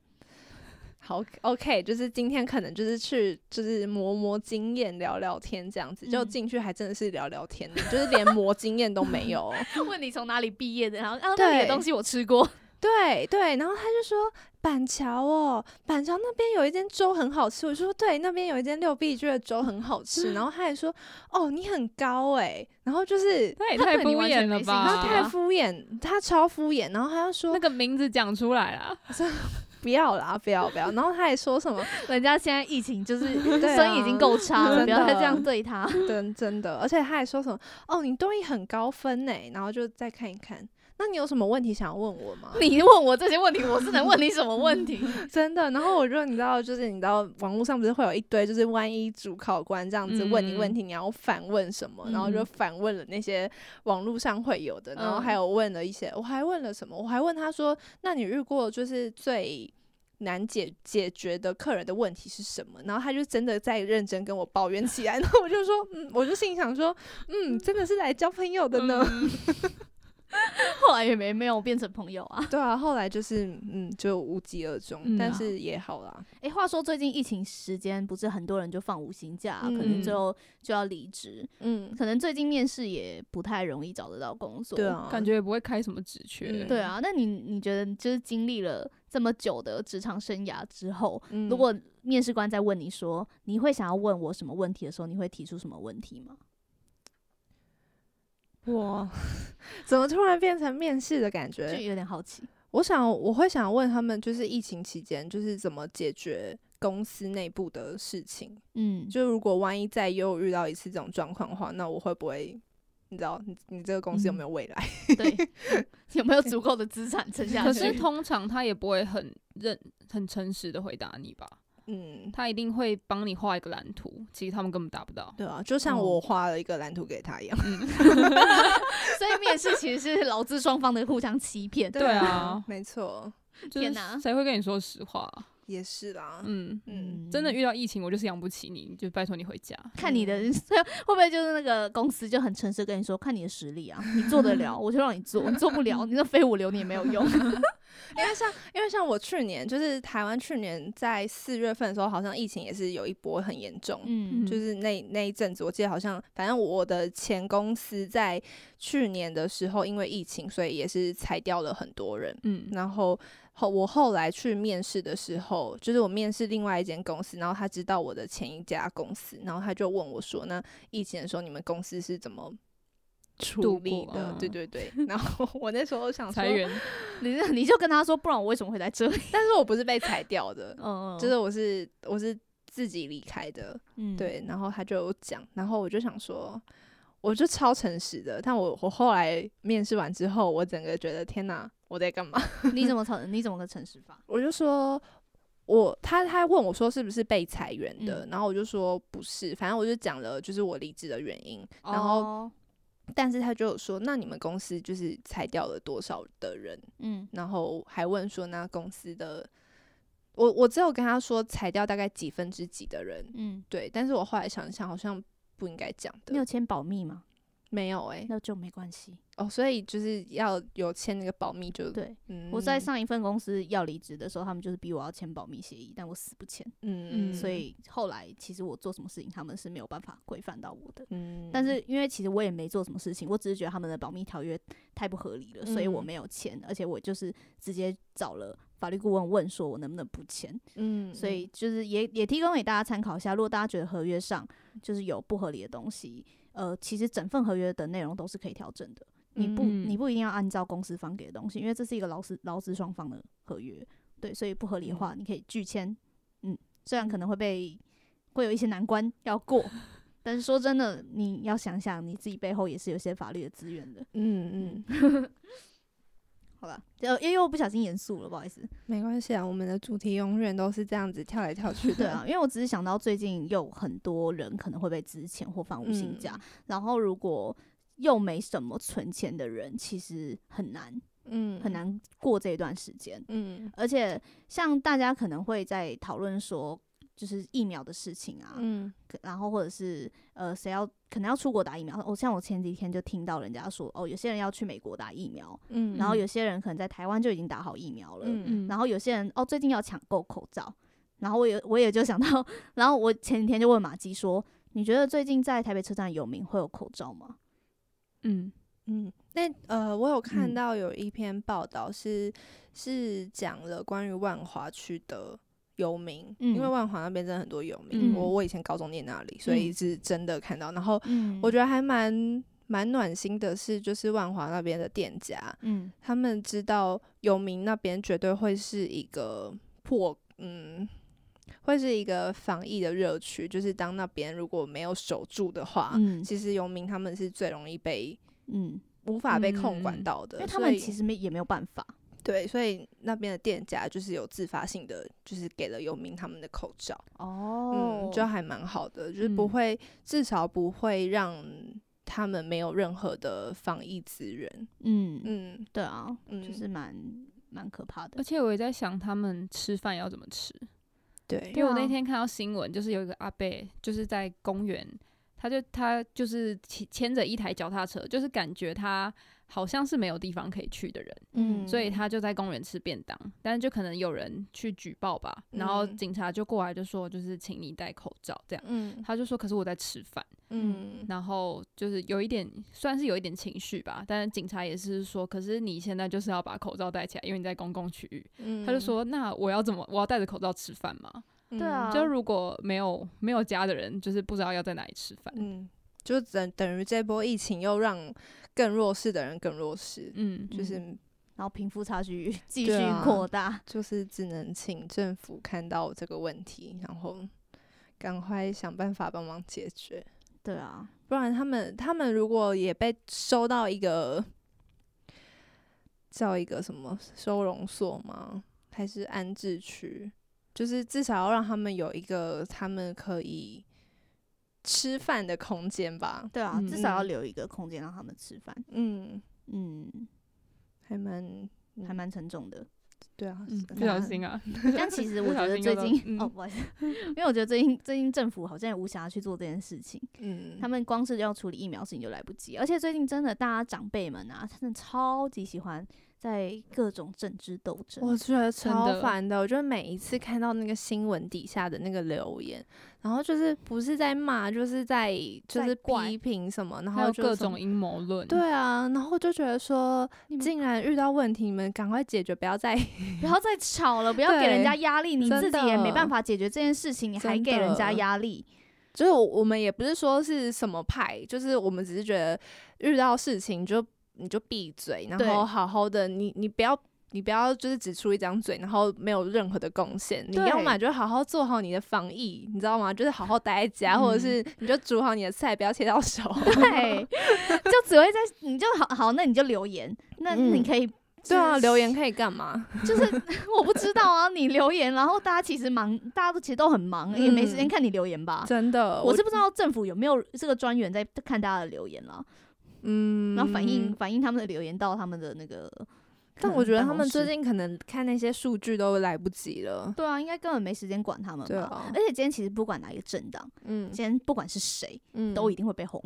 好 OK，就是今天可能就是去就是磨磨经验聊聊天这样子，就嗯进去还真的是聊聊天的，就是连磨经验都没有哦。 问你从哪里毕业的，然后啊那对里的东西我吃过，对对，然后他就说板桥哦，板桥那边有一间粥很好吃。我就说对，那边有一间六必居的粥很好吃。然后他还说哦，你很高哎、然后就是他也他太对你敷完全衍了没兴吧？趣他太敷衍，他超敷衍。然后他就说啊那个名字讲出来啊啦，不要啦，不要不要。然后他还说什么 人家现在疫情就是对生意已经啊够差了，真不要再这的样对他。真真的，而且他还说什么哦，你多益很高分呢、然后就再看一看。那你有什么问题想要问我吗？ 你问我这些问题，我是能问你什么问题？真的，然后我就你知道，就是你知道，网络上不是会有一堆，就是万一主考官这样子问你问题，你要反问什么，然后就嗯反问了那些网络上会有的，然后还有问了一些，我还问了什么，我还问他说，那你遇过就是最难解解决的客人的问题是什么，然后他就真的在认真跟我抱怨起来，然后我就说，嗯，我就心里想说，嗯，真的是来交朋友的呢。嗯 后来也没没有变成朋友 啊。对啊，后来就是嗯，就无疾而终，嗯但啊是也好啦。诶，话说最近疫情时间，不是很多人就放无薪假啊、可嗯能最后就要离职，嗯，可能最近面试也不太容易找得到工作。对，啊，感觉也不会开什么职缺欸嗯。对啊。那你你觉得，就是经历了这么久的职场生涯之后，嗯如果面试官在问你说你会想要问我什么问题的时候，你会提出什么问题吗？哇，怎么突然变成面试的感就觉？有点好奇。我想我会想问他们，就是疫情期间就是怎么解决公司内部的事情。嗯，就如果万一再又遇到一次这种状况的话，那我会不会？你知道你你这个公司嗯有没有未来？ 对，有没有足够的资产撑下可去？是通常他也不会很认、很诚实的回答你吧？嗯，他一定会帮你画一个蓝图，其实他们根本达不到。对啊，就哦像我画了一个蓝图给他一样。嗯 所以面试其实是劳资双方的互相欺骗。对啊 没错，就天是哪谁会跟你说实话啊？也是啦。嗯，嗯，真的遇到疫情，我就是养不起你，你就拜托你回家。看你的 会不会就是那个公司就很诚实地跟你说，看你的实力啊，你做得 了我就让你做，你做不了你那飞五流你也没有用。因为像因为像我去年就是台湾去年在四月份的时候，好像疫情也是有一波很严重。 嗯，就是那那一阵子，我记得好像，反正我的前公司在去年的时候，因为疫情，所以也是裁掉了很多人。嗯，然后后我后来去面试的时候，就是我面试另外一间公司，然后他知道我的前一家公司，然后他就问我说：“那疫情的时候，你们公司是怎么处度理过的？”对嗯对对。然后 我那时候想说裁，员，你就你就跟他说，不然我为什么会在这里？但是我不是被裁掉的，哦嗯，就是我是我是自己离开的。嗯，对，然后他就有讲，然后我就想说，我就超诚实的，但我我后来面试完之后，我整个觉得天哪，我在干嘛？ 你怎么诚你怎么个诚实 法？我就说。我他他问我说是不是被裁员的，嗯然后我就说不是，反正我就讲了就是我离职的原因，然后、哦但是他就有说那你们公司就是裁掉了多少的人，嗯然后还问说那公司的，我我只有跟他说裁掉大概几分之几的人，嗯，对，但是我后来想一想好像不应该讲的你，有签保密吗？没有哎、那就没关系。哦，所以就是要有签那个保密就，对，嗯，我在上一份公司要离职的时候，他们就是逼我要签保密协议，但我死不签。嗯，嗯，所以后来其实我做什么事情，他们是没有办法规范到我的。嗯，但是因为其实我也没做什么事情，我只是觉得他们的保密条约太不合理了，所以我嗯没有签，而且我就是直接找了法律顾问问说我能不能不签，嗯，所以就是也也提供给大家参考一下，如果大家觉得合约上就是有不合理的东西，呃，其实整份合约的内容都是可以调整的，你不嗯你不一定要按照公司方给的东西，因为这是一个劳资劳资双方的合约，对，所以不合嗯理的话，你可以拒签，嗯，虽然可能会被会有一些难关要过。 但是说真的，你要想想你自己背后也是有些法律的资源的，嗯嗯，好吧？呃，因为我不小心严肃了，不好意思。没关系啊，我们的主题永远都是这样子跳来跳去的，对啊，因为我只是想到最近有很多人可能会被资遣或放无薪假，嗯然后如果又没什么存钱的人，其实很难嗯，很，难过这一段时间。嗯而且像大家可能会在讨论说，就是疫苗的事情啊，嗯可然后或者是呃谁要可能要出国打疫苗。哦，像我前几天就听到人家说，哦有些人要去美国打疫苗，嗯，然后有些人可能在台湾就已经打好疫苗了，嗯然后有些人哦，最近要抢购口罩，然后我也我也就想到，然后我前几天就问马姬说，你觉得最近在台北车站有名会有口罩吗？嗯，嗯，那呃，我有看嗯到有一篇报道是是讲了关于万华区的。游民，因为嗯万华那边真的很多游民，我嗯我以前高中念那里，所以嗯是真的看到。然后嗯我觉得还蛮蛮暖心的是，就是万华那边的店家，嗯他们知道游民那边绝对会是一个破，嗯，会是一个防疫的热区。就是当那边如果没有守住的话，嗯其实游民他们是最容易被嗯，无法被控管嗯到的，因为他所们以其实没也没有办法，对，所以那边的店家就是有自发性的，就是给了游民他们的口罩，哦嗯，就还蛮好的，就是不嗯会、至少不会让他们没有任何的防疫资源，嗯嗯。对啊，嗯就是蛮蛮可怕的而。且我也在想，他们吃饭要怎么吃？对啊因为我那啊天看到新闻，就是有一个阿伯，就是在公园，他就他就是骑牵着一台脚踏车，就是感觉他好像是没有地方可以去的人，嗯所以他就在公园吃便当，但是就可能有人去举报吧，然后嗯警察就过来就说，就是请你戴口罩这样。嗯他就说：“可是我在吃饭。”嗯然后就是有一点，算是有一点情绪吧。但是警察也是说：“可是你现在就是要把口罩戴起来，因为你在公共区域。”嗯他就说：“那我要怎么？我要戴着口罩吃饭吗？”对对啊就如果没有没有家的人，就是不知道要在哪里吃饭。嗯，就等等于这波疫情又让更弱势的人更弱势，嗯，就是然后贫富差距 继续对啊扩大，就是只能请政府看到这个问题，然后赶快想办法帮忙解决，对啊，不然他们他们如果也被收到一个叫一个什么收容所吗？还是安置区？就是至少要让他们有一个他们可以吃饭的空间吧。对啊，嗯至少要嗯留一个空间让他们吃饭。嗯，嗯，还蛮还嗯蛮沉 重的。对啊，嗯，是不小心啊，但其实我不觉小得心最又到近、嗯哦，不好意思，因为我觉得最近最近政府好像也无暇去做这件事情，嗯，他们光是要处理疫苗事情就来不及，而且最近真的大家长辈们啊，真的超级喜欢在各种政治斗我争，觉得真超的烦的，我觉得每一次看到那个新闻底下的那个留言，然后就是不是在骂，就是在就在是怪批评什么，然还后有就各什么种阴谋论。对啊，然后就觉得说你，们竟然遇到问题，你们赶快解决，不要再 不要再吵了，不要给人家压力，你真自己也没的办法解决这件事情，你还真给人家的压力，就是我我们也不是说是什么派，就是我们只是觉得遇到事情就你就闭嘴，然对后好好的，你你不要你不要就是只出一张嘴，然后没有任何的贡献。你对要么就好好做好你的防疫，你知道吗？就是好好待在家，嗯或者是你就煮好你的菜，不要切到 手。对，就只会在你就好好，那你就留言，那你嗯可以。对啊，留言可以干嘛？就是 我不知道啊，你留言，然后大家其实忙，大家都其实都很忙，也没时间嗯看你留言吧。真的，啊我是不知道政府有没有这个专员在看大家的留言了，嗯，然后反映、反映他们的留言到他们的那个。但我觉得可能他办们公最室近可能看那些数据都来不及了。对啊，应该根本没时间管他们对吧。啊而，且今天其实不管哪一个政党，嗯今天不管是谁，嗯都一定会被轰。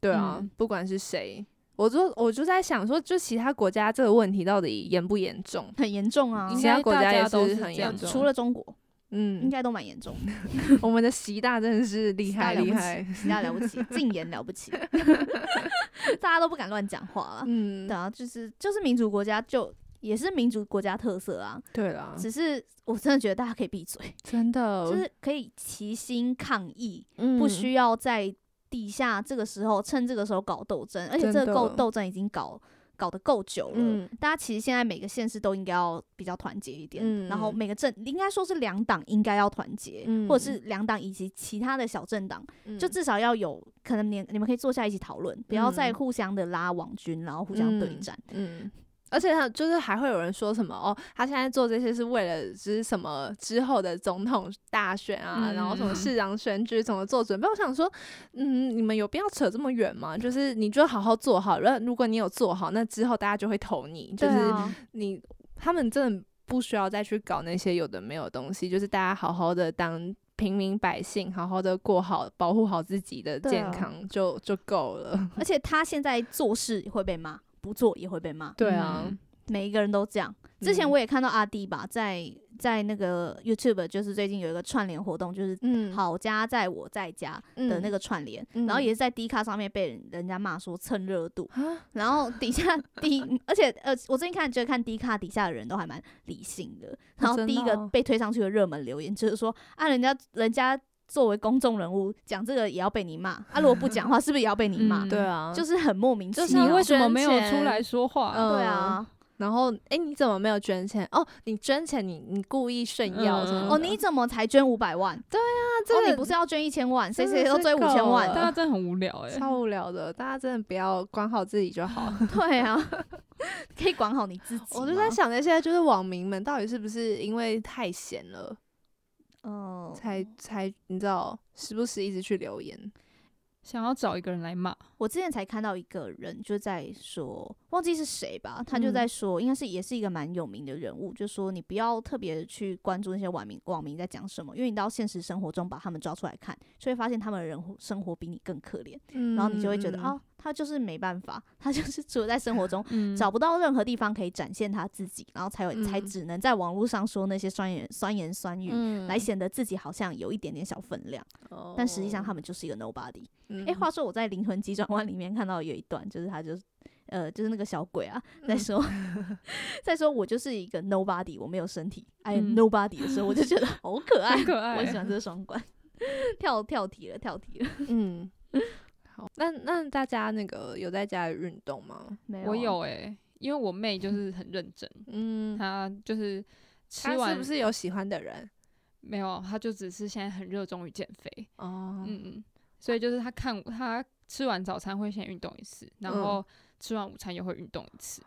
对啊，嗯不管是谁，我就我就在想说，就其他国家这个问题到底严不严重？很严重啊应，其他该国大也家都是是很这样严重，除了中国，应嗯，该都蛮严重的， 我们的习大真的是厉习大害了不厉起害，其他了不起，禁言了 不起，大家都不敢乱讲话了。嗯对，啊，就是就是民主国家就也是民主国家特色啊，对啦，只是我真的觉得大家可以闭嘴，真的就是可以齐心抗议，不不需要在底下这个时候趁这个时候搞斗争，而且真的这个斗斗争已经搞搞得够久了。嗯大家其实现在每个县市都应该要比较团结一点，嗯然后每个政应该说是两党应该要团结，嗯或者是两党以及其他的小政党就嗯至少要有可能你你们可以坐下一起讨论，不要再嗯互相的拉网军，然后互相对嗯战。 嗯。而且他就是还会有人说什么哦，他现在做这些是为了就是什么之后的总统大选啊，嗯然后什么市长选举怎么做准备。我想说，嗯，你们有必要扯这么远吗？就是你就好好做好，然后如果你有做好，那之后大家就会投你，就对是啊，你他们真的不需要再去搞那些有的没有的东西，就是大家好好的当平民百姓，好好的过好，保护好自己的对健啊嗯康、就就够了。而且他现在做事也会被骂，不做也会被骂，对啊，嗯每一个人都这样。之前嗯我也看到阿迪吧，在在那个 YouTube，就是最近有一个串联活动，就是嗯好家在我在家的那个个串联，嗯然后也是在 D 卡上面被人人家骂说蹭热度，啊，然后底下 D，而 且呃，我最近看觉得看 D 卡底下的人都还蛮理性的。然后真第的一个哦被推上去的热门留言就是说啊，人家人家作为公众人物讲这个也要被你骂，啊，如果不讲话是不是也要被你骂？嗯对啊，就是是很莫名其就你像妙为。什么没有捐钱出来说话？嗯对啊，然后哎、诶你怎么没有捐钱？哦，你捐钱你，你故意炫耀什么的、嗯哦，你怎么才捐五百万？那哦这，个、你不是要捐一千万？谁真谁的都是追五够千万了大家真的很无聊哎。超无聊的，大家真的不要管好自己就好。 对啊， 可以管好你自己。我就在，想那些就是网民们到底是不是因为太闲了，嗯，才才你知道时不时一直去留言。想要找一个人来骂，我之前才看到一个人就在说，忘记是谁吧，他嗯就在说，应该是也是一个蛮有名的人物，就说你不要特别去关注那些网民网民在讲什么，因为你到现实生活中把他们抓出来看，就会发现他们的人活生活比你更可怜，然然后你就会嗯觉得，哦，他就是没办法，他就是只有在 生活中嗯，找不到任何地方可以展现他自己，然后才有、才嗯只能在网络上说那些酸言酸言酸语，嗯来，显得自己好像有一点点小分量，但实际上他们就是一个 nobody。们嗯诶，话说我在《灵魂急转弯》里面看到有一段，就是他就是呃，就是那个小鬼啊，嗯在说， 在说我就是一个 nobody，我没有身体，I am 嗯 nobody 的时候，我就觉得 好可爱很，可我很喜爱。欢这个双关。跳跳题了，跳题了，嗯，好，那那大家那个有在家里运动吗？没有啊，我有哎、因为我妹就是很认真，嗯，她就是吃他完是不是有喜欢的人？没有，她就只是现在很热衷于减肥，哦，嗯嗯，所以就是她看她吃完早餐会先运动一次，然后吃完午餐也会运动一次，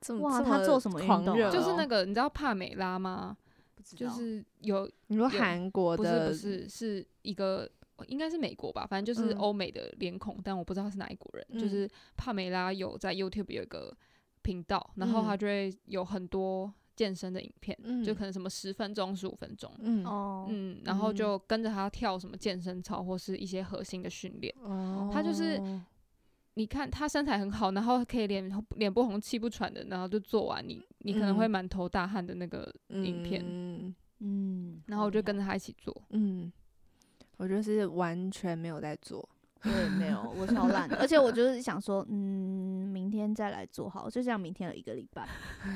这么哇这他做什么运狂动啊热哦？就是那个你知道帕美拉吗？不知就道是有你说有韩国不是的不是是一个。应该是美国吧，反正就是嗯欧美的脸孔，但我不知道他是哪一国人。就嗯是帕梅拉有在 YouTube 有一个频道，然后嗯他就会有很多健身的影片，嗯就可能什么十分钟、十五分钟，嗯哦，嗯，然后嗯就跟着他跳什么健身操或是一些核心的训练。哦他就是你看他身材很好，然后可以脸脸不红气不喘的，然后就做完你你可能会嗯满头大汗的那个影片，嗯嗯，然后我就跟。跟着他一起做。嗯，我就是完全没有在 做，我也没有，我超烂的，而且我就是想说，嗯，明天再来做好，就这样，明天有一个礼拜。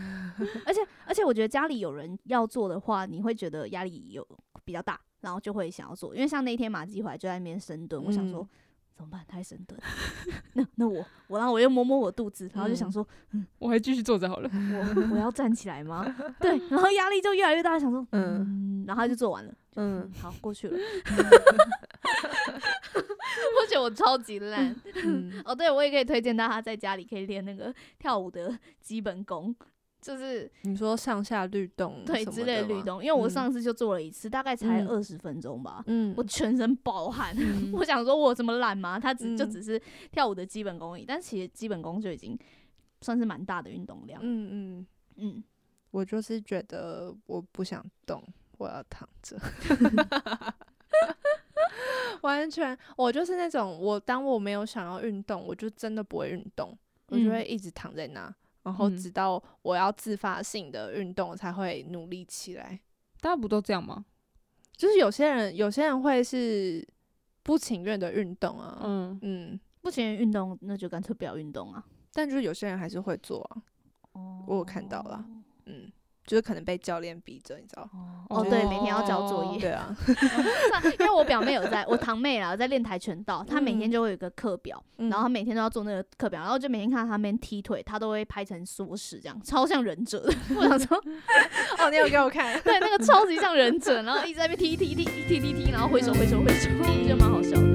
而且而且，我觉得家里有人要做的话，你会觉得压力有比较大，然后就会想要做。因为像那天马季回来就在那边深蹲，我想说嗯怎么办？他还深蹲， 那那我我然后我又摸摸我肚子，然后就想嗯 说，我还继续坐着好了。我我要站起来吗？对，然后压力就越来越大，想说，嗯嗯，然后他就做完了。嗯嗯，好，过去了。 我觉得我超级烂，嗯哦，对，我也可以推荐大家在家里可以练那个跳舞的基本功，就是你说上下律动腿嗯什之么类的的律吗，动。因为我嗯上次就做了一次，大概才嗯二十分钟吧，嗯，我全身暴汗。嗯 我想说，我有这么懒吗？它只就嗯只是跳舞的基本功而已，但其实基本功就已经算是蛮大的运动量。嗯嗯，嗯，我就是觉得我不想动，我要躺着。 完全，我就是那种，我当我没有想要运动，我就真的不会运动，我就嗯会一直躺在那，然后嗯直到我要自发性的运动，我才会努力起来。 大家不都这样吗？就是有些人，有些人会是不情愿的运动啊，嗯嗯，不情愿运动，那就干脆不要运动啊。但就是有些人还是会做啊，哦我有看到啦。嗯，就是可能被教练逼着，你知道？哦，对，每天要交作哦 业。对啊，因为我表妹有在，我堂妹啦，有在练跆拳道，她嗯每天就会有一个课表，然后她每天都要做那个课表，然后就每天看到她们踢腿，她都会拍成缩时这样，超像忍者的。我想说，哦，你有给我看，对，那个超级像忍者，然后一直在那边踢踢踢踢踢踢，然后挥手挥手挥手，就蛮好笑的。